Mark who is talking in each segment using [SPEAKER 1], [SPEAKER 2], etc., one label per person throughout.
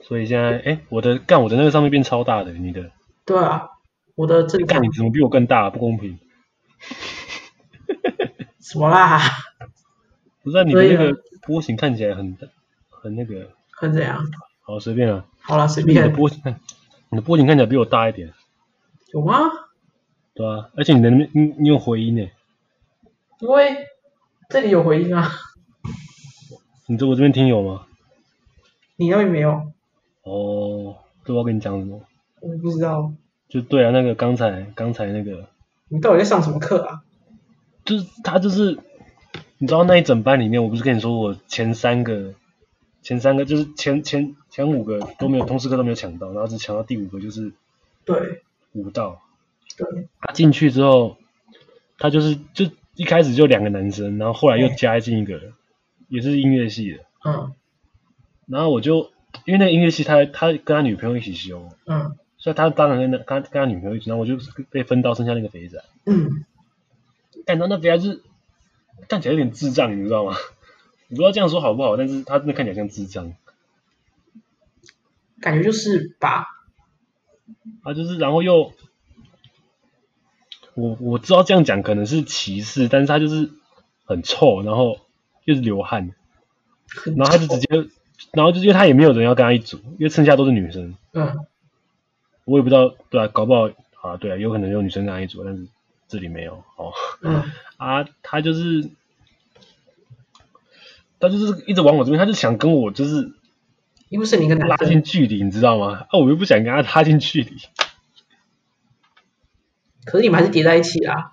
[SPEAKER 1] 所以现在哎、我的干我的那个上面变超大的，你的
[SPEAKER 2] 对啊，我的这个
[SPEAKER 1] 干你怎么比我更大、不公平！
[SPEAKER 2] 什么啦，
[SPEAKER 1] 不是、啊、你的
[SPEAKER 2] 所以
[SPEAKER 1] 那
[SPEAKER 2] 呢
[SPEAKER 1] 个波形看起来很很那个，
[SPEAKER 2] 很怎样？
[SPEAKER 1] 好随便啊，
[SPEAKER 2] 好了，随
[SPEAKER 1] 你的
[SPEAKER 2] 便，
[SPEAKER 1] 波形看你的波形看起来比我大一点，
[SPEAKER 2] 有吗？
[SPEAKER 1] 对啊，而且你的那边你你有回音呢，
[SPEAKER 2] 因为这里有回音啊，
[SPEAKER 1] 你在我这边听有吗？
[SPEAKER 2] 你那边没有，
[SPEAKER 1] 哦，这我跟你讲什么？
[SPEAKER 2] 我不知道
[SPEAKER 1] 就对啊，那个刚才刚才那个，
[SPEAKER 2] 你到底在上什么课啊？
[SPEAKER 1] 就是他就是，你知道那一整班里面，我不是跟你说我前三个，前三个就是前前前五个都没有通识课都没有抢到，然后只抢到第五个就是
[SPEAKER 2] 对
[SPEAKER 1] 舞蹈。
[SPEAKER 2] 对，
[SPEAKER 1] 他进去之后，他就是就一开始就两个男生，然后后来又加进一个，也是音乐系的。
[SPEAKER 2] 嗯
[SPEAKER 1] 然后我就因为那个音乐系他他跟他女朋友一起修，
[SPEAKER 2] 嗯
[SPEAKER 1] 所以他当然跟他跟他跟他女朋友一起，然后我就被分到剩下那个肥仔。
[SPEAKER 2] 嗯，
[SPEAKER 1] 感到那肥仔是看起来有点智障，你知道吗？我不知道这样说好不好，但是他真的看起来像智障。
[SPEAKER 2] 感觉就是把
[SPEAKER 1] 他啊就是，然后又，我我知道这样讲可能是歧视，但是他就是很臭，然后又是流汗，
[SPEAKER 2] 很
[SPEAKER 1] 然后他就直接，然后就因为他也没有人要跟他一组，因为剩下都是女生，
[SPEAKER 2] 嗯
[SPEAKER 1] 我也不知道，对啊，搞不好啊，对啊，有可能有女生跟他一组，但是这里没有哦。
[SPEAKER 2] 嗯
[SPEAKER 1] 啊，他就是他就是一直往我这边，他就想跟我就是
[SPEAKER 2] 因为是你一个
[SPEAKER 1] 拉
[SPEAKER 2] 男
[SPEAKER 1] 近
[SPEAKER 2] 生，
[SPEAKER 1] 距离，你知道吗？啊，我又不想跟他拉近距离，
[SPEAKER 2] 可是你们还是叠在一起啊啦。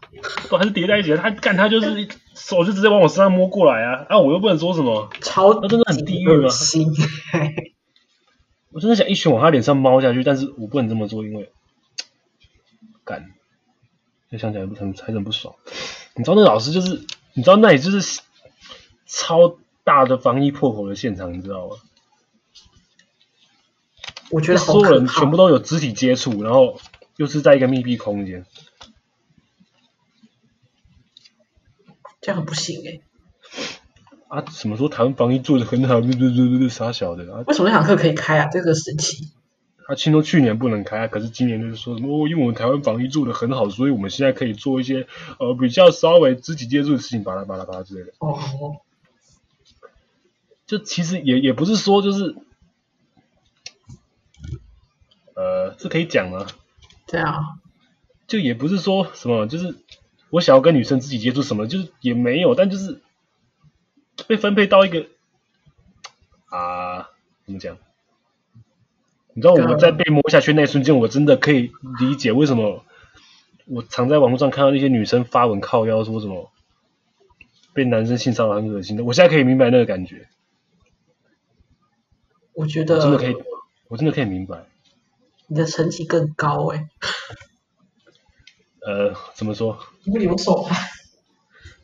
[SPEAKER 1] 我还是叠在一起的。他干他就是手就直接往我身上摸过来啊！啊，我又不能说什么，
[SPEAKER 2] 超
[SPEAKER 1] 那真的很地狱啊
[SPEAKER 2] 恶心，
[SPEAKER 1] 我真的想一拳往他脸上猫下去，但是我不能这么做，因为干，就想起来不很还是很不爽。你知道那老师就是，你知道那里就是超大的防疫破口的现场，你知道吗？
[SPEAKER 2] 我觉得好
[SPEAKER 1] 所有
[SPEAKER 2] 可
[SPEAKER 1] 人
[SPEAKER 2] 怕。
[SPEAKER 1] 全部都有肢体接触，然后又是在一个密闭空间，
[SPEAKER 2] 这样很不行哎、
[SPEAKER 1] 啊，怎么说台湾防疫做的很好，对 对对对对，傻小的啊！
[SPEAKER 2] 为什么那堂课可以开啊？这个神奇，
[SPEAKER 1] 他听说去年不能开，可是今年就是说什么哦，因为我们台湾防疫做的很好，所以我们现在可以做一些呃比较稍微肢体接触的事情，巴拉巴拉巴拉之类的。
[SPEAKER 2] 哦，
[SPEAKER 1] 就其实也也不是说就是，呃，这可以讲吗？
[SPEAKER 2] 这样
[SPEAKER 1] 就也不是说什么，就是我想要跟女生肢体接触什么，就是也没有，但就是被分配到一个啊，怎么讲？你知道我
[SPEAKER 2] 嗯
[SPEAKER 1] 在被摸下去那一瞬间，我真的可以理解为什么我常在网络上看到那些女生发文靠腰说什么被男生性骚扰很恶心的，我现在可以明白那个感觉，
[SPEAKER 2] 我觉
[SPEAKER 1] 我
[SPEAKER 2] 得
[SPEAKER 1] 真的可以，我真的可以明白。
[SPEAKER 2] 你的成绩更高哎、
[SPEAKER 1] 呃，怎么说？
[SPEAKER 2] 你不留手啊？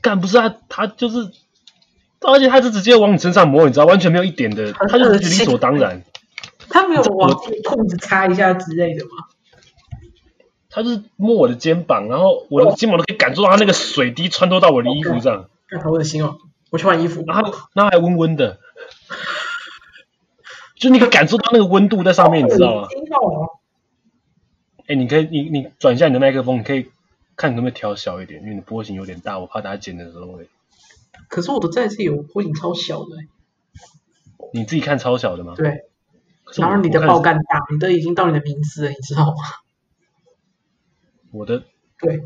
[SPEAKER 1] 干不是啊，他就是，而且他是直接往你身上摸，你知道，完全没有一点的，
[SPEAKER 2] 很
[SPEAKER 1] 他就是
[SPEAKER 2] 恶
[SPEAKER 1] 觉得
[SPEAKER 2] 心
[SPEAKER 1] 理所当然，
[SPEAKER 2] 他没有往自己裤子擦一下之类的吗？
[SPEAKER 1] 他就是摸我的肩膀，然后我的肩膀都可以感受到他那个水滴穿透到我的衣
[SPEAKER 2] 哦
[SPEAKER 1] 服上，
[SPEAKER 2] 看好恶心哦！我去换衣服。
[SPEAKER 1] 然后然后还温温的，就你可以感受到那个温度在上面，你知道吗
[SPEAKER 2] 好恶？心哦
[SPEAKER 1] 哎，你可以，你你转一下你的麦克风，你可以看可不可以调小一点，因为你的波形有点大，我怕大家剪的时候会，
[SPEAKER 2] 可是我的在这里，我已经超小的欸、
[SPEAKER 1] 你自己看超小的吗？
[SPEAKER 2] 对。
[SPEAKER 1] 可是我
[SPEAKER 2] 然后你
[SPEAKER 1] 我
[SPEAKER 2] 的
[SPEAKER 1] 看
[SPEAKER 2] 爆干大，你的已经到你的名字了，你知道吗？
[SPEAKER 1] 我的
[SPEAKER 2] 对，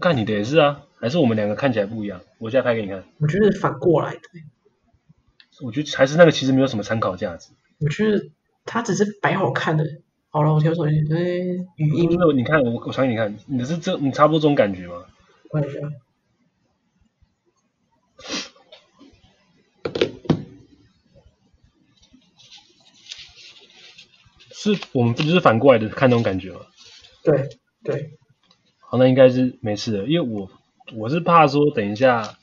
[SPEAKER 1] 看你的也是啊，还是我们两个看起来不一样？我现在拍给你看。
[SPEAKER 2] 我觉得反过来的欸、
[SPEAKER 1] 我觉得还是那个其实没有什么参考价值。
[SPEAKER 2] 我觉得他只是摆好看的。好了，我调手机，哎，语
[SPEAKER 1] 因
[SPEAKER 2] 音
[SPEAKER 1] 为你看我我传给你看，你的是这你差不多这种感觉吗？
[SPEAKER 2] 我看一下。
[SPEAKER 1] 是我们不就是反过来的看那种感觉吗？
[SPEAKER 2] 对对，
[SPEAKER 1] 好，那应该是没事的，因为我我是怕说等一下，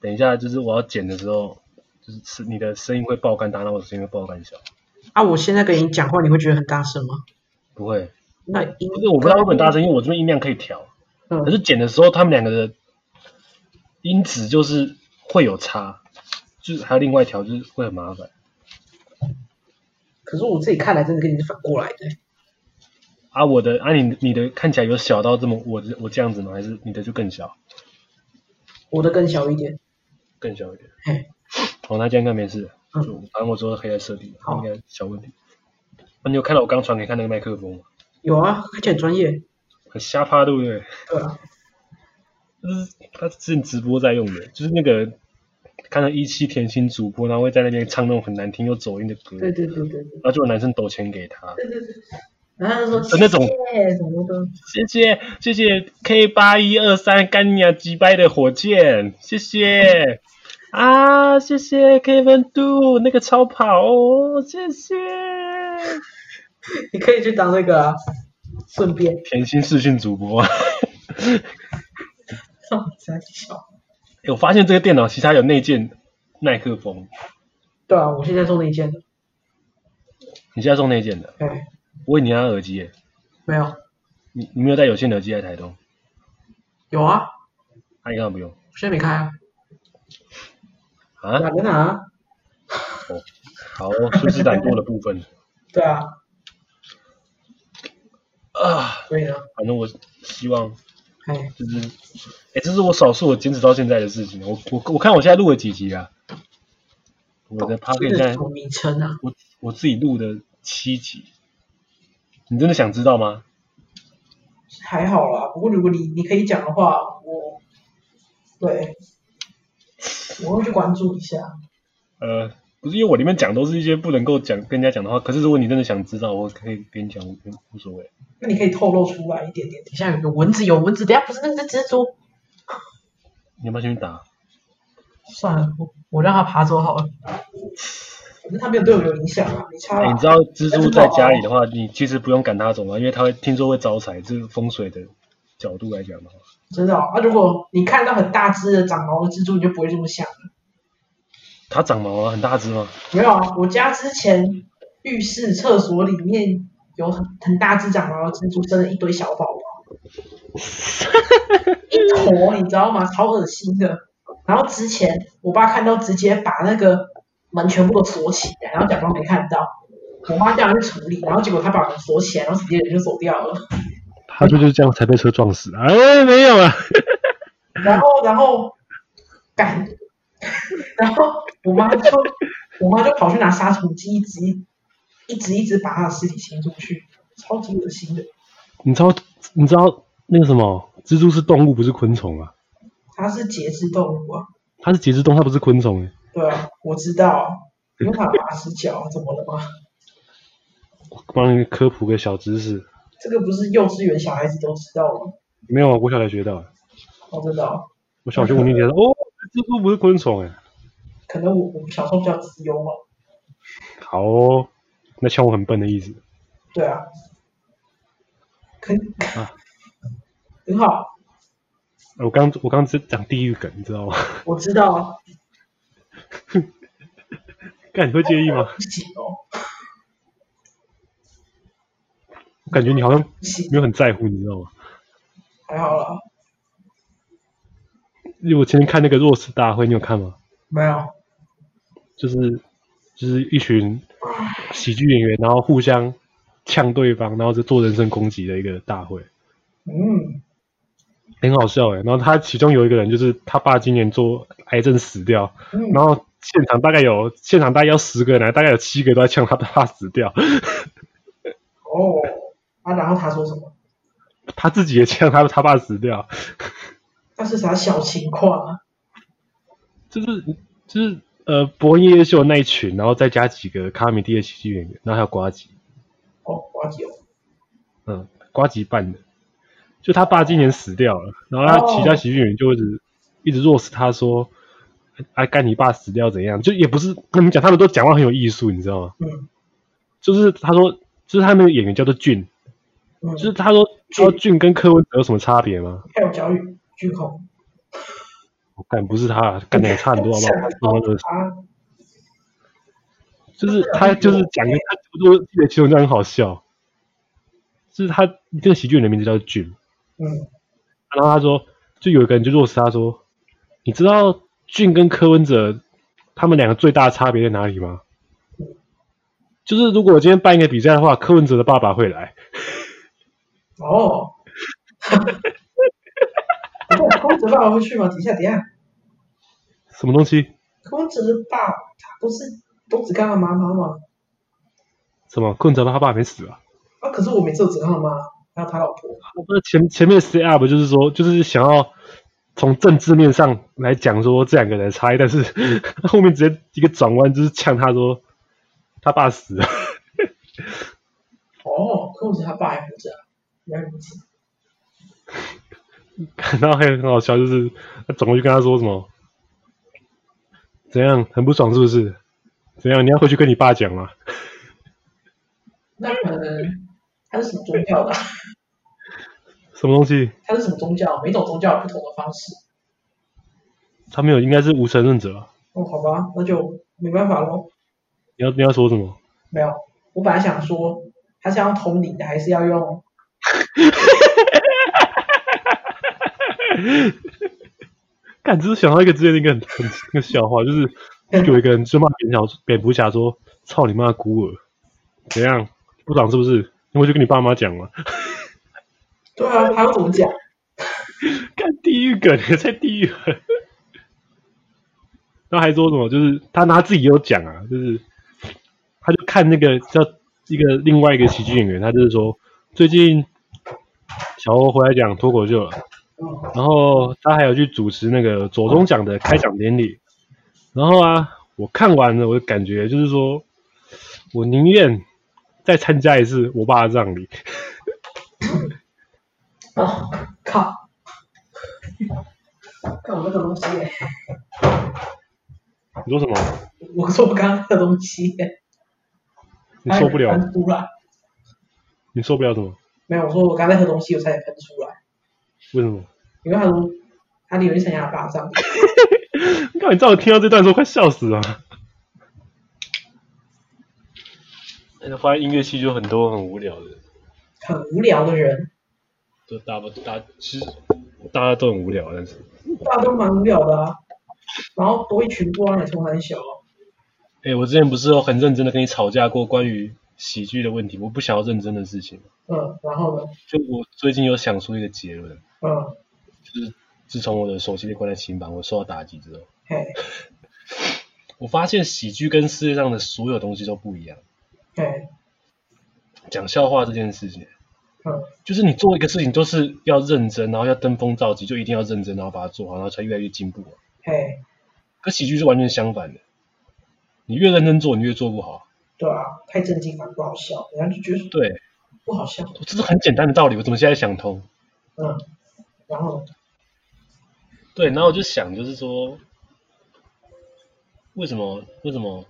[SPEAKER 1] 等一下就是我要剪的时候，就是是你的声音会爆干大，那我的声音会爆干小，
[SPEAKER 2] 啊，我现在跟你讲话，你会觉得很大声吗？
[SPEAKER 1] 不会，
[SPEAKER 2] 那音
[SPEAKER 1] 就是我不知道会不会很大声，因为我这边音量可以调，可
[SPEAKER 2] 嗯，
[SPEAKER 1] 是剪的时候他们两个的音质就是会有差，就是还要另外调，就是会很麻烦。
[SPEAKER 2] 可可是我自己看来真的跟你是反过来的，欸
[SPEAKER 1] 啊，我的啊你你的看起来有小到这么我这我这样子吗？还是你的就更小
[SPEAKER 2] 我的更小一点。
[SPEAKER 1] 更小一点？
[SPEAKER 2] 嘿，
[SPEAKER 1] 哦，那这样应该没事。
[SPEAKER 2] 嗯
[SPEAKER 1] 就反正我之后可以再设定，
[SPEAKER 2] 好
[SPEAKER 1] 应该小问题。那、你有看到我刚传给你看那个麦克风吗？
[SPEAKER 2] 有啊，看起来很专业。
[SPEAKER 1] 很瞎趴，对不对？
[SPEAKER 2] 对啊，
[SPEAKER 1] 就是他之前直播在用的，就是那个看到一期甜心主播，然后会在那边唱那种很难听又走音的歌，
[SPEAKER 2] 对
[SPEAKER 1] 然
[SPEAKER 2] 对对对对
[SPEAKER 1] 后就有男生抖钱给他，
[SPEAKER 2] 对对对。然后他就说
[SPEAKER 1] 的那种
[SPEAKER 2] 谢谢什么的，
[SPEAKER 1] 谢谢谢谢 K 八一二三干娘击败的火箭，谢谢啊，谢谢 Kevin Do 那个超跑哦，谢谢
[SPEAKER 2] 你可以去当那个啊、顺便
[SPEAKER 1] 甜心视讯主播。
[SPEAKER 2] 上三小。
[SPEAKER 1] 欸我发现这个电脑其实它有内建麦克风，
[SPEAKER 2] 对啊，我现在送那一件的。
[SPEAKER 1] 你现在送内建的，
[SPEAKER 2] 哎，
[SPEAKER 1] 我以为你要耳机耶，
[SPEAKER 2] 没有，
[SPEAKER 1] 你你没有带有线耳机来台东，
[SPEAKER 2] 有啊，
[SPEAKER 1] 那、你干嘛不用
[SPEAKER 2] 我现在没开啊，
[SPEAKER 1] 啊？
[SPEAKER 2] 懒得拿啊。
[SPEAKER 1] 好，哦顺势懒惰的部分
[SPEAKER 2] 对啊，
[SPEAKER 1] 啊，
[SPEAKER 2] 所以呢，
[SPEAKER 1] 反正我希望
[SPEAKER 2] 哎，
[SPEAKER 1] 就是，哎、这是我少数我坚持到现在的事情。我我我看我现在录了几集啊？我的 p o c
[SPEAKER 2] 哦这
[SPEAKER 1] k e t 现
[SPEAKER 2] 个是什
[SPEAKER 1] 在
[SPEAKER 2] 么名称啊？
[SPEAKER 1] 我我自己录的七集，你真的想知道吗？
[SPEAKER 2] 还好啦，不过如果你你可以讲的话，我对我会去关注一下。
[SPEAKER 1] 呃，不是因为我里面讲都是一些不能够讲跟人家讲的话，可是如果你真的想知道，我可以跟你讲，无无所谓。
[SPEAKER 2] 那你可以透露出来一点点。底下有个蚊子，有蚊子，等一下不是那个是蜘蛛。
[SPEAKER 1] 你要不要先去打？
[SPEAKER 2] 算了，我我让它爬走好了。反正它没有对我有影响啊，没差
[SPEAKER 1] 哎、
[SPEAKER 2] 啦
[SPEAKER 1] 你。知道蜘蛛在家里的话，你其实不用赶它走嘛，因为它会听说会招财，这个风水的角度来讲的话，
[SPEAKER 2] 真的哦，那、如果你看到很大只的长毛的蜘蛛，你就不会这么想了。
[SPEAKER 1] 它长毛啊，很大只吗？
[SPEAKER 2] 没有啊，我家之前浴室、厕所里面有很很大只长毛的蜘蛛，生了一堆小宝宝，一坨，你知道吗？超恶心的。然后之前我爸看到，直接把那个门全部都锁起来，然后假装没看到。我妈叫他去处理，然后结果他把门锁起来，然后直接人就走掉了。
[SPEAKER 1] 它不就是这样才被车撞死？哎，没有啊，
[SPEAKER 2] 然后然后干，然后我妈就我妈就跑去拿杀虫剂，一直一直一直把她的尸体清出去，超级恶心的。
[SPEAKER 3] 你知道你知道那个什么，蜘蛛是动物不是昆虫啊，
[SPEAKER 2] 它是节肢动物啊，
[SPEAKER 3] 它是节肢动物，它不是昆虫哎、
[SPEAKER 2] 对啊，我知道啊，因为它有八只脚，怎么了吗？
[SPEAKER 3] 帮你科普个小知识，
[SPEAKER 2] 这个不是幼稚园小孩子都知道哦吗？
[SPEAKER 3] 没有啊，我小学学到的，
[SPEAKER 2] 我知道，
[SPEAKER 3] 我小学五年级的时候哦，蜘蛛不是昆虫哎、
[SPEAKER 2] 可能我我们小时候比较自由嘛。
[SPEAKER 3] 好哦，那像我很笨的意思，
[SPEAKER 2] 对啊，很、
[SPEAKER 3] 啊
[SPEAKER 2] 很好，
[SPEAKER 3] 我刚我刚只讲地狱梗，你知道吗？
[SPEAKER 2] 我知道啊，
[SPEAKER 3] 干，你会介意吗？
[SPEAKER 2] 不行哦，
[SPEAKER 3] 我感觉你好像
[SPEAKER 2] 不行，
[SPEAKER 3] 没有很在乎，你知道吗？
[SPEAKER 2] 还好啦，
[SPEAKER 3] 因为我前天看那个《弱势大会》，你有看吗？
[SPEAKER 2] 没有。
[SPEAKER 3] 就是就是一群喜剧演员，然后互相呛对方，然后就做人身攻击的一个大会。
[SPEAKER 2] 嗯，
[SPEAKER 3] 很好笑哎、然后他其中有一个人，就是他爸今年做癌症死掉，
[SPEAKER 2] 嗯
[SPEAKER 3] 然后现场大概有现场大概要十个人来，啊大概有七个都在呛他爸死掉，
[SPEAKER 2] 哦，啊，然后他说什么？
[SPEAKER 3] 他自己也呛他他爸死掉，
[SPEAKER 2] 那是啥小情况啊？
[SPEAKER 3] 就是就是呃伯恩夜夜秀那一群，然后再加几个卡米蒂的喜剧演员，然后还有瓜吉，
[SPEAKER 2] 哦，瓜吉哦，
[SPEAKER 3] 嗯，瓜吉扮的，就他爸今年死掉了，然后他
[SPEAKER 2] 哦
[SPEAKER 3] 其他喜剧演员就一直、一直 r 死他说，啊，干你爸死掉怎样？就也不是他们讲，他们都讲话很有艺术，你知道吗？
[SPEAKER 2] 嗯
[SPEAKER 3] 就是他说，就是他那个演员叫做俊，
[SPEAKER 2] 嗯，
[SPEAKER 3] 就是他说
[SPEAKER 2] 俊
[SPEAKER 3] 说俊跟柯文哲有什么差别吗？
[SPEAKER 2] 还有小雨巨恐，
[SPEAKER 3] 我干不是他，啊干的差很多好 不好？柯文哲
[SPEAKER 2] 啊，
[SPEAKER 3] 就是他就是讲的，他我记得其中一段很好笑，就是他这个喜剧演员的名字叫俊，
[SPEAKER 2] 嗯，
[SPEAKER 3] 然后他说就有一个人就弱死他说，你知道俊跟柯文哲他们两个最大的差别在哪里吗？就是如果我今天办一个比赛的话，柯文哲的爸爸会来。
[SPEAKER 2] 哦，不是柯文哲爸爸会去吗？等一下，等一下，
[SPEAKER 3] 什么东西？
[SPEAKER 2] 柯文哲的爸他不是都只干了妈妈吗？
[SPEAKER 3] 什么？柯文哲他爸没死啊？
[SPEAKER 2] 啊，可是我每次都只看到妈，还有他老婆。
[SPEAKER 3] 我不是前前面 C up 就是说，就是想要从政治面上来讲说这两个人的差异，但是 后面直接一个转弯就是呛他说他爸死了。
[SPEAKER 2] 哦，柯文哲他爸还活着啊，原来如此。
[SPEAKER 3] 然后还有很好笑，就是他转过去跟他说什么，怎样很不爽是不是？怎样你要回去跟你爸讲啊？
[SPEAKER 2] 那可能他是什么宗教的啊？
[SPEAKER 3] 什么东西？
[SPEAKER 2] 他是什么宗教？每种宗教有不同的方式。
[SPEAKER 3] 他没有，应该是无神论者啊。
[SPEAKER 2] 哦，好吧，那就没办法喽。
[SPEAKER 3] 你要你要说什么？
[SPEAKER 2] 没有，我本来想说他是要用通灵的，还是要用
[SPEAKER 3] 干，只是想到一个之前的一个很 很那个笑话，就是有一个人就骂蝙蝠侠，蝙蝠侠说：“操你妈的孤儿，怎样不爽是不是？那我就跟你爸妈讲嘛。
[SPEAKER 2] 对啊，他要怎么讲？”
[SPEAKER 3] 干地狱梗， 在地狱梗。然后还说什么，就是他拿自己有讲啊，就是他就看那个叫一个另外一个喜剧演员，他就是说最近小欧回来讲脱口秀了，
[SPEAKER 2] 嗯，
[SPEAKER 3] 然后他还有去主持那个左
[SPEAKER 1] 哦
[SPEAKER 3] 中奖的开奖典礼。然后啊，我看完了，我的感觉就是说，我宁愿再参加一次我爸的葬礼。
[SPEAKER 2] 哦，靠， 看我那个东西耶，
[SPEAKER 3] 你说什么？
[SPEAKER 2] 我说我刚刚那个东西耶，
[SPEAKER 3] 你受不
[SPEAKER 1] 哎
[SPEAKER 3] 了？
[SPEAKER 2] 喷出来。
[SPEAKER 3] 你受不了什么？
[SPEAKER 2] 没有，我说我刚才喝东西，我差点喷出来，
[SPEAKER 3] 为什么？
[SPEAKER 2] 因为他说他李云成牙巴掌，
[SPEAKER 3] 干，你知道我听到这段的时候快笑死了。
[SPEAKER 1] 哎
[SPEAKER 3] 发现音乐系就很多很无聊的，
[SPEAKER 2] 很无聊的人，
[SPEAKER 1] 就大不大，其实大家都很无聊，但是
[SPEAKER 2] 大家都蛮无聊的啊。然后多一群不安也从很小，
[SPEAKER 1] 哎、我之前不是有很认真的跟你吵架过关于喜剧的问题，我不想要认真的事情。
[SPEAKER 2] 嗯，然后呢，
[SPEAKER 1] 就我最近有想出一个结论，
[SPEAKER 2] 嗯，
[SPEAKER 1] 就是自从我的手机被关在新版，我受到打击之后，
[SPEAKER 2] 嘿，
[SPEAKER 1] 我发现喜剧跟世界上的所有东西都不一样。
[SPEAKER 2] 嘿，
[SPEAKER 1] 讲笑话这件事情，
[SPEAKER 2] 嗯，
[SPEAKER 1] 就是你做一个事情都是要认真，然后要登峰造极，就一定要认真，然后把它做好，然后才越来越进步、啊。
[SPEAKER 2] 嘿，
[SPEAKER 1] 可喜剧是完全相反的，你越认真做，你越做不好。
[SPEAKER 2] 对啊，太震惊反而不好笑，人家就觉得
[SPEAKER 1] 对，
[SPEAKER 2] 不好笑，
[SPEAKER 1] 这是很简单的道理，我怎么现在想通？
[SPEAKER 2] 嗯，然后呢，
[SPEAKER 1] 对，然后我就想，就是说，为什么为什么，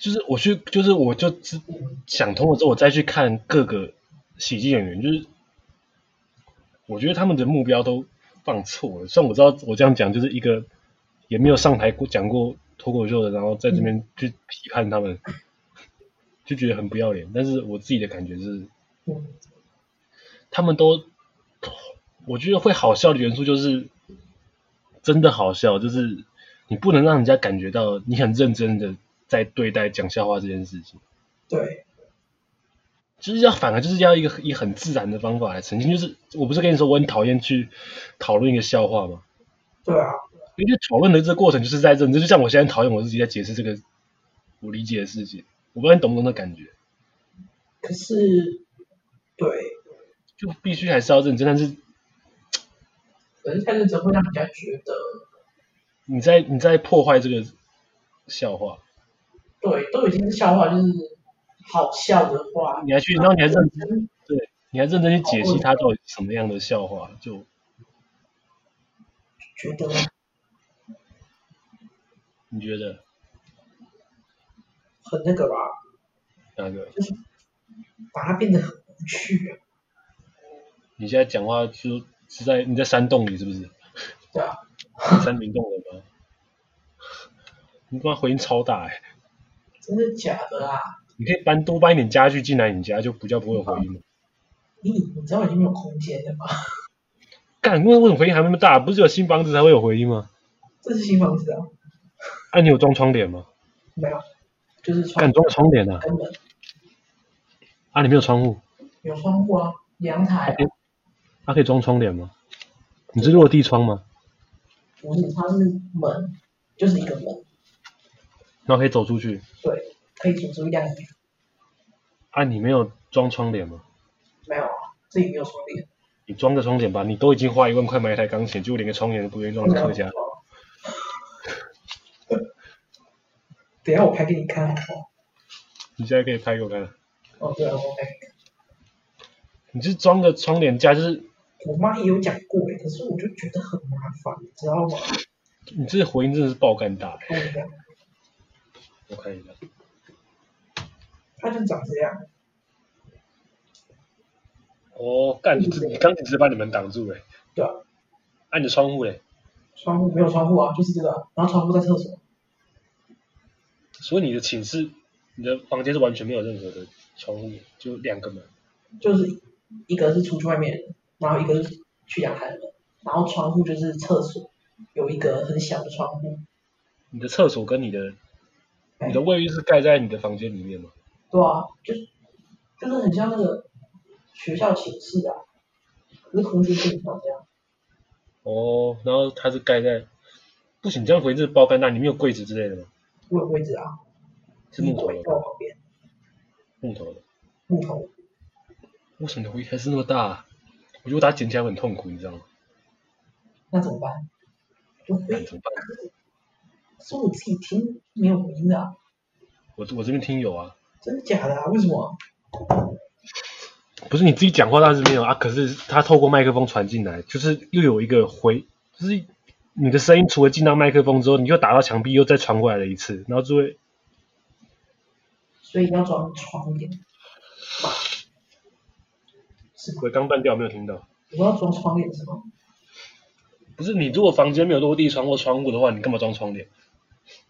[SPEAKER 1] 就是我去，就是我就知想通了之后，我再去看各个喜剧演员，就是我觉得他们的目标都放错了。虽然我知道我这样讲就是一个也没有上台过讲过脱口秀的，然后在这边去批判他们，就觉得很不要脸。但是我自己的感觉是，
[SPEAKER 2] 嗯，
[SPEAKER 1] 他们都，我觉得会好笑的元素就是真的好笑，就是你不能让人家感觉到你很认真的在对待讲笑话这件事情，
[SPEAKER 2] 对，
[SPEAKER 1] 就是要反而就是要一个以很自然的方法来呈现。就是我不是跟你说我很讨厌去讨论一个笑话吗？
[SPEAKER 2] 对啊，
[SPEAKER 1] 因为讨论的这个过程就是在认真，就像我现在讨厌我自己在解释这个我理解的事情，我不知道你懂不懂的感觉。
[SPEAKER 2] 可是，对，
[SPEAKER 1] 就必须还是要认真，但是
[SPEAKER 2] 可是太认真会让人家觉得，
[SPEAKER 1] 你在你在破坏这个笑话，
[SPEAKER 2] 对，都已经是笑话，就是好笑的话，
[SPEAKER 1] 你还去，然后你还认真
[SPEAKER 2] 真，
[SPEAKER 1] 你还认真去解析它到底是什么样的笑话，就
[SPEAKER 2] 觉得
[SPEAKER 1] 你觉得
[SPEAKER 2] 很那个吧，
[SPEAKER 1] 哪个？
[SPEAKER 2] 把它变得很无趣啊，
[SPEAKER 1] 你现在讲话就是在你在山洞里是不是？
[SPEAKER 2] 对啊，
[SPEAKER 1] 山林洞里吗？你他妈回音超大哎、
[SPEAKER 2] 真的假的啊？
[SPEAKER 1] 你可以搬多搬一点家具进来你家，就比较不会有回音了。
[SPEAKER 2] 你你知道已经没有空间了吗？
[SPEAKER 1] 干，为为什么回音还那么大？不是有新房子才会有回音吗？
[SPEAKER 2] 这是新房子啊，
[SPEAKER 1] 啊，你有装窗帘吗？
[SPEAKER 2] 没有，就是窗
[SPEAKER 1] 干装有窗帘啊？
[SPEAKER 2] 根本
[SPEAKER 1] 啊，里面有窗户，
[SPEAKER 2] 有窗户啊，阳台啊、
[SPEAKER 1] 它、可以装窗帘吗？你是落地窗吗？
[SPEAKER 2] 不是它是门，就是一个门，
[SPEAKER 1] 然后可以走出去？
[SPEAKER 2] 对，可以走出一辆衣服，
[SPEAKER 1] 啊，你没有装窗帘吗？
[SPEAKER 2] 没有啊，这里没有窗帘，
[SPEAKER 1] 你装个窗帘吧，你都已经花一万块买一台钢琴，就连个窗帘都不愿意装，是客家。
[SPEAKER 2] 等一下我拍给你看好不好？
[SPEAKER 1] 你现在可以拍给我看。
[SPEAKER 2] 哦，对啊，我拍给你看。
[SPEAKER 1] 你是装个窗帘架，就是
[SPEAKER 2] 我妈也有讲过哎，可是我就觉得很麻烦，你知道吗？
[SPEAKER 1] 你这回音真的是爆干大、
[SPEAKER 2] 跟我讲，
[SPEAKER 1] 我看一下，
[SPEAKER 2] 它就长这样。
[SPEAKER 1] 哦，干，你这你钢琴直接把你们挡住哎、欸，
[SPEAKER 2] 对啊，
[SPEAKER 1] 按、你的窗户哎、
[SPEAKER 2] 窗户没有窗户啊，就是这个啊，然后窗户在厕所，
[SPEAKER 1] 所以你的寝室、你的房间是完全没有任何的窗户，就两个门。
[SPEAKER 2] 就是一个是出去外面，然后一个是去阳台的门，然后窗户就是厕所，有一个很小的窗户，
[SPEAKER 1] 你的厕所跟你的
[SPEAKER 2] 哎
[SPEAKER 1] 你的卫浴是盖在你的房间里面吗？
[SPEAKER 2] 对啊，就是就是很像那个学校寝室啊，可是空间变成这样，
[SPEAKER 1] 哦，然后它是盖在，不行，这样回是爆干大，你没有柜子之类的吗？
[SPEAKER 2] 我有位置啊，
[SPEAKER 1] 是木头
[SPEAKER 2] 在
[SPEAKER 1] 的
[SPEAKER 2] 我
[SPEAKER 1] 吗，
[SPEAKER 2] 旁边，
[SPEAKER 1] 木头的。
[SPEAKER 2] 木头，
[SPEAKER 1] 为什么你的回还是那么大、啊？我觉得我把它捡起来会很痛苦，你知道吗？
[SPEAKER 2] 那怎么办？就
[SPEAKER 1] 那
[SPEAKER 2] 会
[SPEAKER 1] 怎么办？
[SPEAKER 2] 是我自己听没有回音的、啊，
[SPEAKER 1] 我我这边听有啊，
[SPEAKER 2] 真的假的啊？为什么啊？
[SPEAKER 1] 不是你自己讲话倒是没有啊，可是它透过麦克风传进来，就是又有一个回，就是你的声音除了进到麦克风之后，你又打到墙壁，又再传过来了一次，然后就会
[SPEAKER 2] 所以要装窗帘，
[SPEAKER 1] 鬼刚断掉，没有听到。
[SPEAKER 2] 你说要装窗帘是吗？
[SPEAKER 1] 不是你如果房间没有落地窗或窗户的话，你干嘛装窗帘？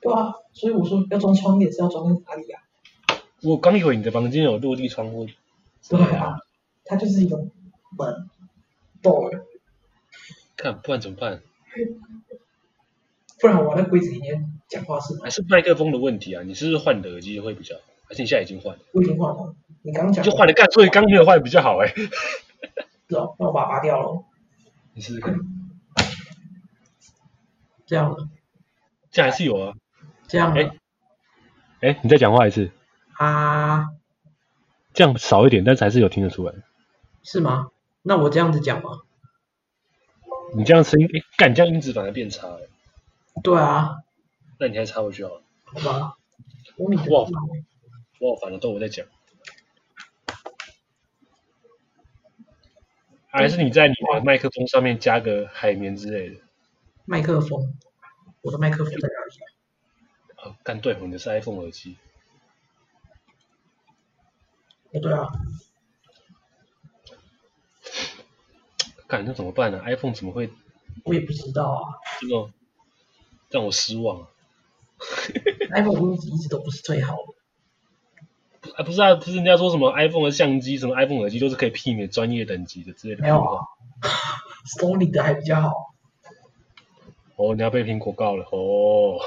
[SPEAKER 2] 对啊，所以我说要装窗帘是要装在哪里啊？
[SPEAKER 1] 我刚以为你的房间有落地窗户，
[SPEAKER 2] 对啊，它就是一个门，door，
[SPEAKER 1] 看不然怎么办？
[SPEAKER 2] 不然我在柜子里面讲话是吗？
[SPEAKER 1] 还是麦克风的问题啊？你是不是换你的耳机会比较好？而且你现在已经换了，
[SPEAKER 2] 我已经换了，你刚刚讲
[SPEAKER 1] 就换了干，所以刚没有换比较好哎、
[SPEAKER 2] 是哦，那我把它拔掉了，
[SPEAKER 1] 你试试看，
[SPEAKER 2] 这样了，
[SPEAKER 1] 这样还是有啊。
[SPEAKER 2] 这样了
[SPEAKER 1] 哎哎、你再讲话一次，
[SPEAKER 2] 啊，
[SPEAKER 1] 这样少一点，但是还是有听得出来。
[SPEAKER 2] 是吗？那我这样子讲吗？
[SPEAKER 1] 你这样声音，哎、干，你这样音质反而变差哎、
[SPEAKER 2] 对啊，
[SPEAKER 1] 那你还插回去好了。
[SPEAKER 2] 好吧，我敏
[SPEAKER 1] 哇我好烦了，都我在讲。还是你在你的麦克风上面加个海绵之类的。
[SPEAKER 2] 麦克风，我的麦克风在哪里？
[SPEAKER 1] 啊，干对，你的是 iPhone 耳机。
[SPEAKER 2] 不对啊，
[SPEAKER 1] 干，那怎么办呢、i p h o n e 怎么会
[SPEAKER 2] 我也不知道啊
[SPEAKER 1] 这么让我失望啊？
[SPEAKER 2] ，iPhone 音质一直都不是最好的，
[SPEAKER 1] 不啊，不是啊，不是人家说什么 iPhone 的相机、什么 iPhone 耳机都是可以媲美专业等级的之类的。
[SPEAKER 2] 没有啊。Sony 的还比较好，
[SPEAKER 1] 哦，你要被苹果告了哦！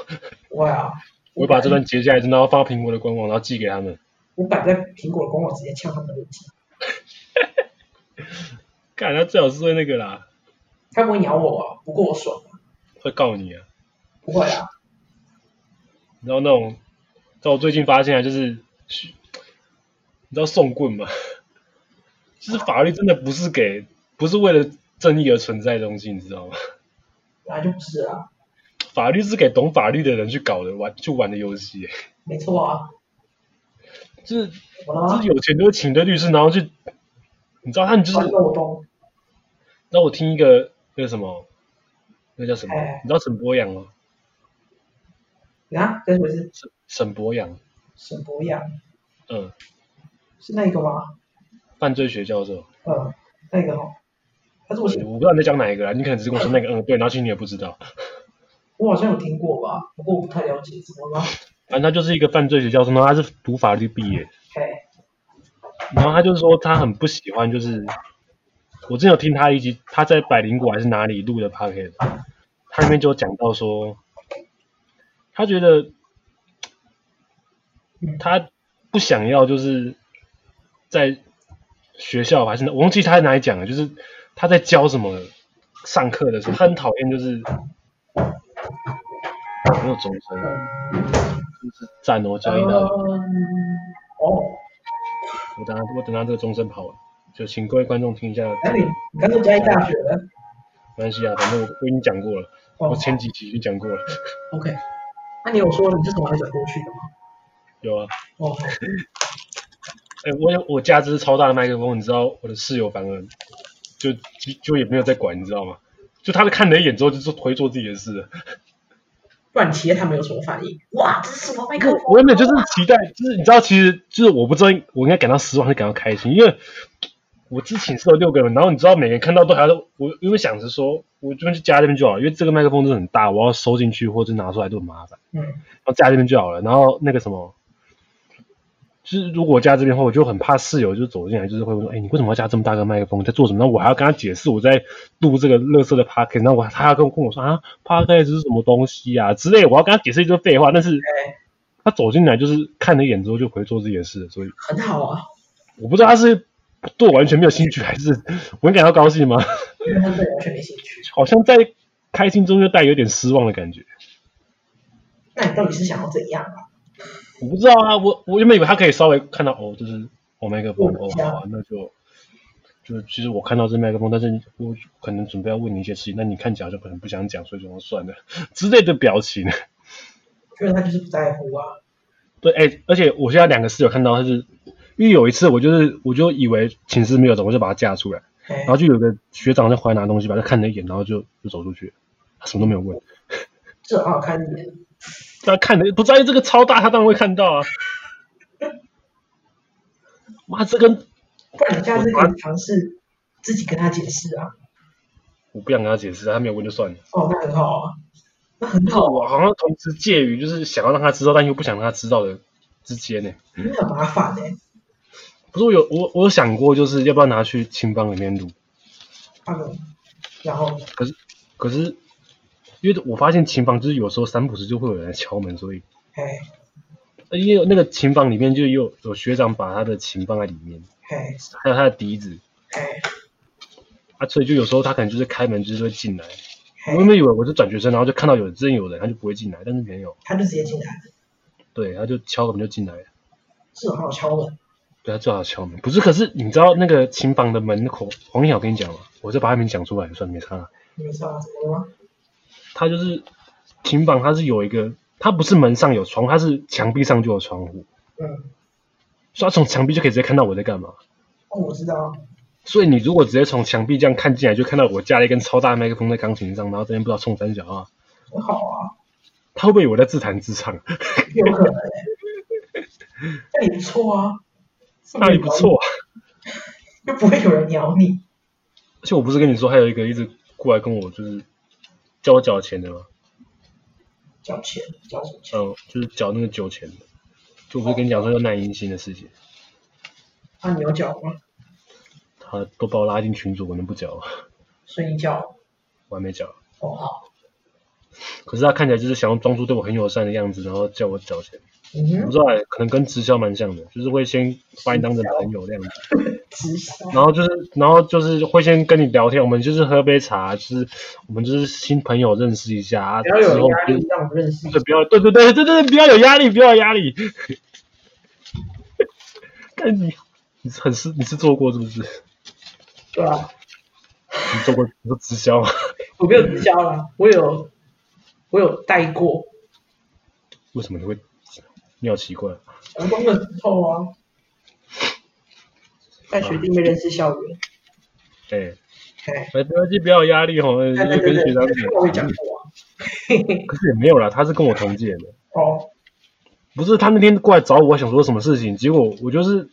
[SPEAKER 2] 对啊，
[SPEAKER 1] 我会把这段截下来，然后放到苹果的官网，然后寄给他们。
[SPEAKER 2] 我摆在苹果的官网直接呛他们的问题，
[SPEAKER 1] 干，他最好是会那个啦，
[SPEAKER 2] 他不会鸟我啊，不过我爽啊，
[SPEAKER 1] 会告你啊。
[SPEAKER 2] 不会啊，
[SPEAKER 1] 然后那种，但我最近发现啊，就是，你知道送棍吗？ 就是法律真的不是给，不是为了正义而存在的东西，你知道吗？
[SPEAKER 2] 本来就不是啊，
[SPEAKER 1] 法律是给懂法律的人去搞的玩，去玩的游戏，
[SPEAKER 2] 没错啊，
[SPEAKER 1] 就是
[SPEAKER 2] 怎么了
[SPEAKER 1] 就
[SPEAKER 2] 吗
[SPEAKER 1] 是？有钱就会请一堆律师，然后去，你知道他们就是
[SPEAKER 2] 钻，漏洞，
[SPEAKER 1] 让我听一个那个什么，那个叫什么
[SPEAKER 2] 哎？
[SPEAKER 1] 你知道沈博阳吗？
[SPEAKER 2] 你看，这回是
[SPEAKER 1] 沈沈博阳，
[SPEAKER 2] 沈博阳，
[SPEAKER 1] 嗯，
[SPEAKER 2] 是那个吗？
[SPEAKER 1] 犯罪学教授，
[SPEAKER 2] 嗯，那个哦，但是我
[SPEAKER 1] 我不知道你在讲哪一个啦，你可能只是跟我说那个，嗯，对，然后其实你也不知道。
[SPEAKER 2] 我好像有听过吧，不过我不太了解，怎么 了吗？
[SPEAKER 1] 反正他就是一个犯罪学教授，然后他是读法律毕业，
[SPEAKER 2] 嘿，
[SPEAKER 1] 然后他就是说他很不喜欢，就是我之前有听他一集，他在百灵果还是哪里录的 p o c a s t 他里面就有讲到说，他觉得
[SPEAKER 2] 嗯
[SPEAKER 1] 他不想要就是在学校吧还是哪我忘记他在哪里讲了，就是他在教什么上课的时候，他很讨厌就是有没有钟声啊，就是站哦，教一到。
[SPEAKER 2] 嗯哦，
[SPEAKER 1] 我等他，我等他这个钟声跑完，就请各位观众听一下。
[SPEAKER 2] 那你你刚才嘉义大学的
[SPEAKER 1] 没关系啊，反正我我已经讲过了，我
[SPEAKER 2] 哦
[SPEAKER 1] 前几集已经讲过了。
[SPEAKER 2] ，OK，那你有说你是从哪里转过去的吗？
[SPEAKER 1] 有啊，
[SPEAKER 2] 哦，
[SPEAKER 1] 哎、我有我家这是超大的麦克风，你知道我的室友反而就就就也没有在管，你知道吗？就他看了一眼之后，就是回做自己的事了。
[SPEAKER 2] 不然企业他们有什么反应？哇，这是什么麦克风？
[SPEAKER 1] 我原本就是期待，就是你知道，其实就是我不知道我应该感到失望还是感到开心，因为我之前是有六个人，然后你知道每个人看到都还要我，因为想着说我就去家那边就好了，因为这个麦克风真的很大，我要收进去或者拿出来都很麻烦。
[SPEAKER 2] 嗯
[SPEAKER 1] 然后架这边就好了。然后那个什么，就是如果架这边的话，我就很怕室友就走进来，就是会问说：“哎，你为什么要架这么大个麦克风？你在做什么？”然后我还要跟他解释我在录这个乐色的 p o c a s t 然后我他还跟我跟我说：“啊 p o c a s t 是什么东西啊？”之类，我要跟他解释一堆废话。但是他走进来就是看了一眼之后就回做自己的事了，所以
[SPEAKER 2] 很好啊，
[SPEAKER 1] 我不知道他是对我完全没有兴趣，还是我感到高兴吗？
[SPEAKER 2] 因为他对完全没兴趣。
[SPEAKER 1] 好像在开心中又带有点失望的感觉。
[SPEAKER 2] 那你到底是想要怎样啊？
[SPEAKER 1] 我不知道啊，我我原本以为他可以稍微看到哦，就是哦麦克风哦，
[SPEAKER 2] 嗯
[SPEAKER 1] 好啊，那就就是其实我看到这麦克风，但是我可能准备要问你一些事情，那你看起来就可能不想讲，所以就算了之类的表情。
[SPEAKER 2] 因为他就是不在乎啊。
[SPEAKER 1] 对，哎、而且我现在两个室友看到他是，因为有一次我就是我就以为寝室没有人，我就把他架出来，
[SPEAKER 2] 哎
[SPEAKER 1] 然，后就有个学长在回来拿东西吧，他看了一眼，然后就就走出去，他什么都没有问，
[SPEAKER 2] 这很好看一点。
[SPEAKER 1] 他看的不在意这个超大，他当然会看到啊。妈，这跟
[SPEAKER 2] 不然你下次可以尝试自己跟他解释啊。
[SPEAKER 1] 我不想跟他解释，他没有问就算了。
[SPEAKER 2] 哦，那很好啊，那很
[SPEAKER 1] 就是
[SPEAKER 2] 好啊，
[SPEAKER 1] 我好像同时介于就是想要让他知道，但又不想让他知道的之间呢。
[SPEAKER 2] 那很麻烦哎、
[SPEAKER 1] 不是我有我我有想过，就是要不要拿去青帮里面录，
[SPEAKER 2] 他们，然后
[SPEAKER 1] 可是可是因为我发现琴房就是有时候三不时就会有人来敲门，所以
[SPEAKER 2] 哎
[SPEAKER 1] 呃因为那个琴房里面就有有学长把他的琴放在里面，
[SPEAKER 2] 哎
[SPEAKER 1] 还有他的笛子
[SPEAKER 2] 哎
[SPEAKER 1] 啊，所以就有时候他可能就是开门就是会进来。我原
[SPEAKER 2] 哎，
[SPEAKER 1] 本以为我是转学生，然后就看到有真有人，他就不会进来，但是没有，
[SPEAKER 2] 他就直接进来，
[SPEAKER 1] 对，他就敲门就进来了。
[SPEAKER 2] 这很好敲门。
[SPEAKER 1] 对他最好敲门，不是？可是你知道那个琴房的门口，黄小跟你讲吗？我再把他名讲出来，算了没差啦。
[SPEAKER 2] 你知道怎么了吗？
[SPEAKER 1] 他就是琴房，它是有一个，它不是门上有窗户，它是墙壁上就有窗户，
[SPEAKER 2] 嗯，
[SPEAKER 1] 所以他从墙壁就可以直接看到我在干嘛。
[SPEAKER 2] 哦，我知道，
[SPEAKER 1] 所以你如果直接从墙壁这样看进来，就看到我架了一根超大的麦克风在钢琴上，然后这边不知道冲三小啊，
[SPEAKER 2] 很好啊，
[SPEAKER 1] 他会不会以为我在自弹自唱？
[SPEAKER 2] 有可能、欸。那也不错啊，
[SPEAKER 1] 那也不错啊。
[SPEAKER 2] 又不会有人鸟你。
[SPEAKER 1] 而且我不是跟你说还有一个一直过来跟我就是叫我缴钱的吗？
[SPEAKER 2] 交钱，交什么钱？
[SPEAKER 1] 嗯，就是缴那个酒钱的，就我不是跟你讲说要耐银心的事情。
[SPEAKER 2] 啊，你有缴吗？
[SPEAKER 1] 他都把我拉进群组，我能不缴？
[SPEAKER 2] 所以你缴。
[SPEAKER 1] 我还没缴。
[SPEAKER 2] 哦，好。
[SPEAKER 1] 可是他看起来就是想要装出对我很友善的样子，然后叫我缴钱。
[SPEAKER 2] 嗯
[SPEAKER 1] 我不
[SPEAKER 2] 哼，
[SPEAKER 1] 知道欸，可能跟直销蛮像的，就是会先把你当成朋友那样子，
[SPEAKER 2] 哦直销。
[SPEAKER 1] 然后就是，然后就是会先跟你聊天，我们就是喝杯茶，就是我们就是新朋友认识一下啊，
[SPEAKER 2] 不
[SPEAKER 1] 之
[SPEAKER 2] 要有
[SPEAKER 1] 后
[SPEAKER 2] 压力，让我们认识。
[SPEAKER 1] 对，不要，对对对对对，不要有压力，不要有压力。 看你，你是很是你是做过是不是？你
[SPEAKER 2] 对啊，
[SPEAKER 1] 做过你说直销吗？
[SPEAKER 2] 我没有直销啦，我有，我有带过
[SPEAKER 1] 为什么你会？你好奇怪。
[SPEAKER 2] 国中的时候啊，带学弟妹认识校园。
[SPEAKER 1] 哎、哎，
[SPEAKER 2] 哎，
[SPEAKER 1] 不要去，不要有压力吼，呃
[SPEAKER 2] 对对
[SPEAKER 1] 就
[SPEAKER 2] 对
[SPEAKER 1] 跟
[SPEAKER 2] 对，
[SPEAKER 1] 学长
[SPEAKER 2] 这个我也讲
[SPEAKER 1] 讲。
[SPEAKER 2] 过啊。嘿嘿，
[SPEAKER 1] 可是也没有啦，他是跟我同届的，
[SPEAKER 2] 哦，
[SPEAKER 1] 不是他那天过来找我，我想说什么事情，结果我就是，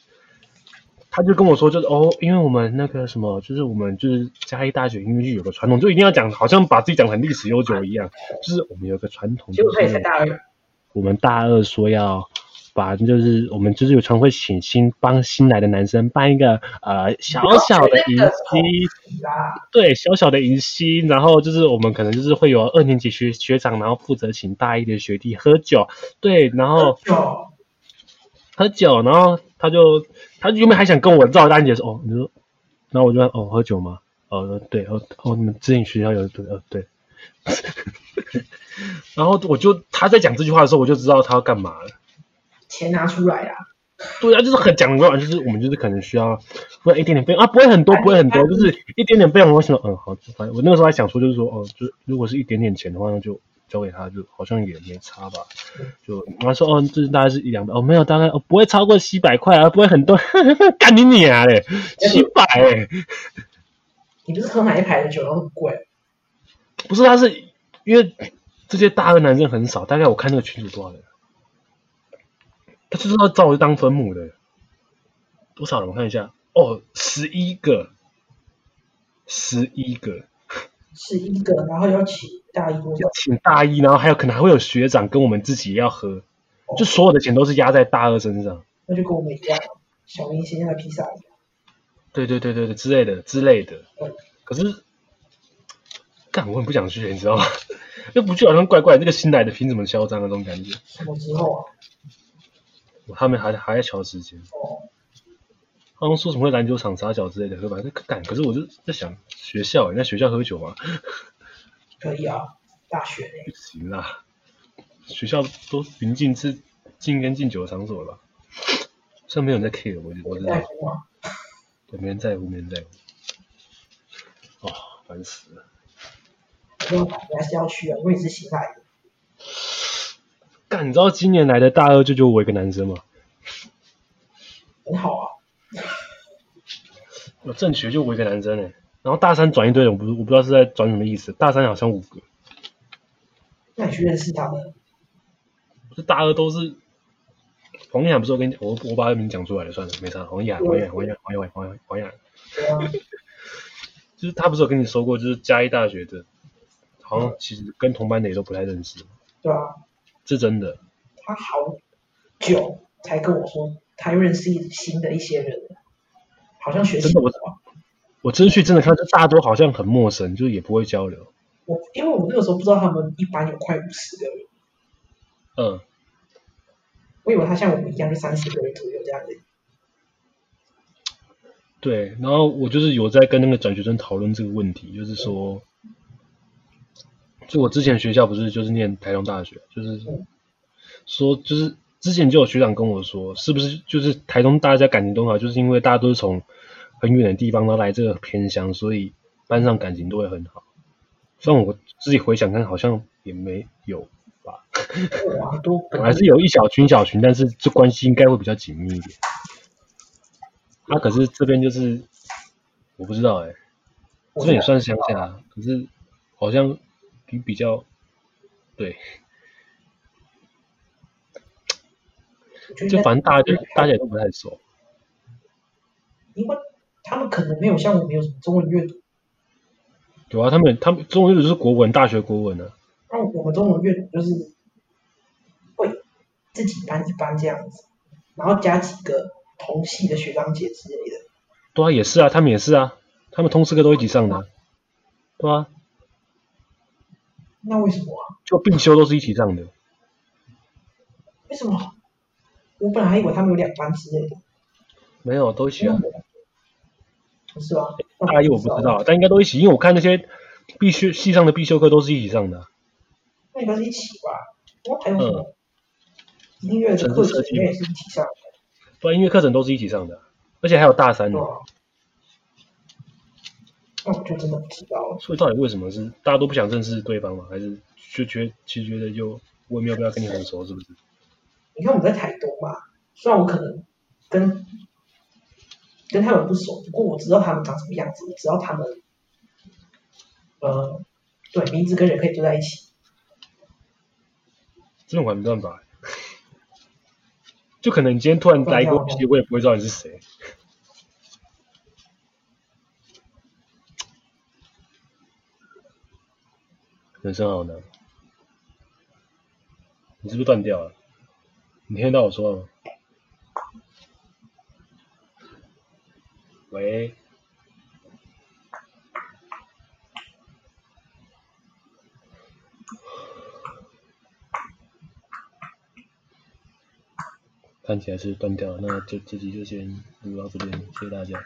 [SPEAKER 1] 他就跟我说，就是哦，因为我们那个什么，就是我们就是嘉义大学音乐剧有个传统，就一定要讲，好像把自己讲得很历史悠久一样，就是我们有个传统，
[SPEAKER 2] 结
[SPEAKER 1] 就
[SPEAKER 2] 果他也才
[SPEAKER 1] 是
[SPEAKER 2] 大二，
[SPEAKER 1] 我们大二说要。把就是我们就是有常会请新帮新来的男生办一个呃小小的迎新，
[SPEAKER 2] 啦，
[SPEAKER 1] 对，小小的迎新，然后就是我们可能就是会有二年级哦学学长，然后负责请大一的学弟喝酒，对，然后
[SPEAKER 2] 就
[SPEAKER 1] 喝酒，然后他就他原本还想跟我照单姐说，哦，你说，然后我就哦喝酒吗？哦对，哦哦你们之前学校有对哦对， 然后我就他在讲这句话的时候，我就知道他要干嘛了。
[SPEAKER 2] 钱拿出来啦，
[SPEAKER 1] 对啊，就是 很讲过来，就是我们就是可能需要付一点点费用啊，不会很多，不会很多，就是一点点费用。我想，嗯，好，反正我那个时候还想说，就是说，哦，就如果是一点点钱的话，那就交给他，就好像也没差吧。就他说，哦，这大概是一两百，哦，没有，大概、哦、不会超过七百块啊，不会很多， 干你娘嘞，七百、欸，
[SPEAKER 2] 你不是喝哪一排的酒然后很贵？
[SPEAKER 1] 不是，他是因为这些大二男生很少，大概我看那个群主多少人，啊他就是要照着当分母的，多少人？我看一下，哦，十一个，十一个，
[SPEAKER 2] 是一个，然后要请大姨多少？
[SPEAKER 1] 请大一，然后还有可能还会有学长跟我们自己要喝，就所有的钱都是压在大二身上，
[SPEAKER 2] 那就跟我们一样，小明星那披萨一样，
[SPEAKER 1] 对对对对对之类的之类的
[SPEAKER 2] 嗯。
[SPEAKER 1] 可是，干我很不想去，你知道吗？ 又不去好像怪怪，这个新来的凭什么嚣张的啊那种感觉？
[SPEAKER 2] 什么之后啊？
[SPEAKER 1] 他们还还在瞧时间。
[SPEAKER 2] 哦，
[SPEAKER 1] 他们说什么会篮球场撒脚之类的，可反正干，可是我就在想，学校欸，你在学校喝酒吗？
[SPEAKER 2] 可以啊，大学呢、
[SPEAKER 1] 不行啦，学校都临近是禁烟禁酒的场所了吧，虽然没有人在 care，我我知道
[SPEAKER 2] 在，乎啊，
[SPEAKER 1] 对，没人在乎，没人在乎。哦，烦死了！
[SPEAKER 2] 没有办法，你还是要去啊，因为你是新来的。
[SPEAKER 1] 干，你知道今年来的大二就就我一个男生吗？
[SPEAKER 2] 很好啊，
[SPEAKER 1] 我正哦学就我一个男生哎、然后大三转一堆人，我不我不知道是在转什么意思。大三好像五个，
[SPEAKER 2] 那你去认识他们，
[SPEAKER 1] 不是大二都是黄雅，不是我跟你讲，我我把他名字讲出来了，算了，没差。黄雅，黄雅，黄雅，黄雅，黄雅，黄雅，
[SPEAKER 2] 对啊，
[SPEAKER 1] 就是他不是有跟你说过，就是嘉义大学的，好像其实跟同班的也都不太认识，
[SPEAKER 2] 对啊，
[SPEAKER 1] 是真的。
[SPEAKER 2] 他好久才跟我说，他又认识一新的一些人了，好像学习
[SPEAKER 1] 真的我我真去真的看，就大家都好像很陌生，就是也不会交流。
[SPEAKER 2] 我因为我那个时候不知道他们一班有快五十个人，
[SPEAKER 1] 嗯，
[SPEAKER 2] 我以为他像我们一样就三十个人左右这样子。
[SPEAKER 1] 对。然后我就是有在跟那个转学生讨论这个问题，就是说，就我之前学校不是就是念台东大学，就是
[SPEAKER 2] 嗯
[SPEAKER 1] 说就是之前就有学长跟我说，是不是就是台东大家感情都好，就是因为大家都是从很远的地方然后来这个偏乡，所以班上感情都会很好。虽然我自己回想看，好像也没有吧，
[SPEAKER 2] 对啊，很多
[SPEAKER 1] 可能还是有一小群一小群，但是这关系应该会比较紧密一点。啊，可是这边就是我不知道哎、这边也算乡下、啊，可是好像比比较对，就反正大家就大家也都不太熟。
[SPEAKER 2] 因为他们可能没有像我们有什么中文阅读，
[SPEAKER 1] 有啊，他们他们中文就是国文，大学国文啊。
[SPEAKER 2] 那我们中文阅读就是会自己班一班这样子，然后加几个同系的学长姐之类的。
[SPEAKER 1] 对啊，也是啊，他们也是啊，他们通识课都一起上的啊、对啊，
[SPEAKER 2] 那为什么啊？
[SPEAKER 1] 就必修都是一起上的。
[SPEAKER 2] 为什么？我本来还以为他们有两班之类的，
[SPEAKER 1] 没有，都一起啊。
[SPEAKER 2] 不是吧？
[SPEAKER 1] 大一我不知道，啊，但应该都一起，因为我看那些必修系上的必修课都是一起上的啊、
[SPEAKER 2] 那应该是一起吧？然后还有
[SPEAKER 1] 嗯
[SPEAKER 2] 什么、音乐的课程应该也是一起上的，
[SPEAKER 1] 对啊，音乐课程都是一起上的啊、而且还有大三
[SPEAKER 2] 对
[SPEAKER 1] 的。
[SPEAKER 2] 吧？那我就真的不知道了。
[SPEAKER 1] 所以到底为什么是大家都不想认识对方嘛？还是就觉其实觉得就我也没有必要跟你很熟，是不是？
[SPEAKER 2] 你看我在台东嘛，虽然我可能跟跟他们不熟，不过我知道他们长什么样子，我知道他们，呃，对，名字跟人可以坐在一起，
[SPEAKER 1] 这种我还没办法。就可能你今天突然来一个问题，我也不会知道你是谁。人生好难。你是不是断掉了？你听得到我说话吗？喂？看起来是断掉了，那就这集就先录到这边，谢谢大家。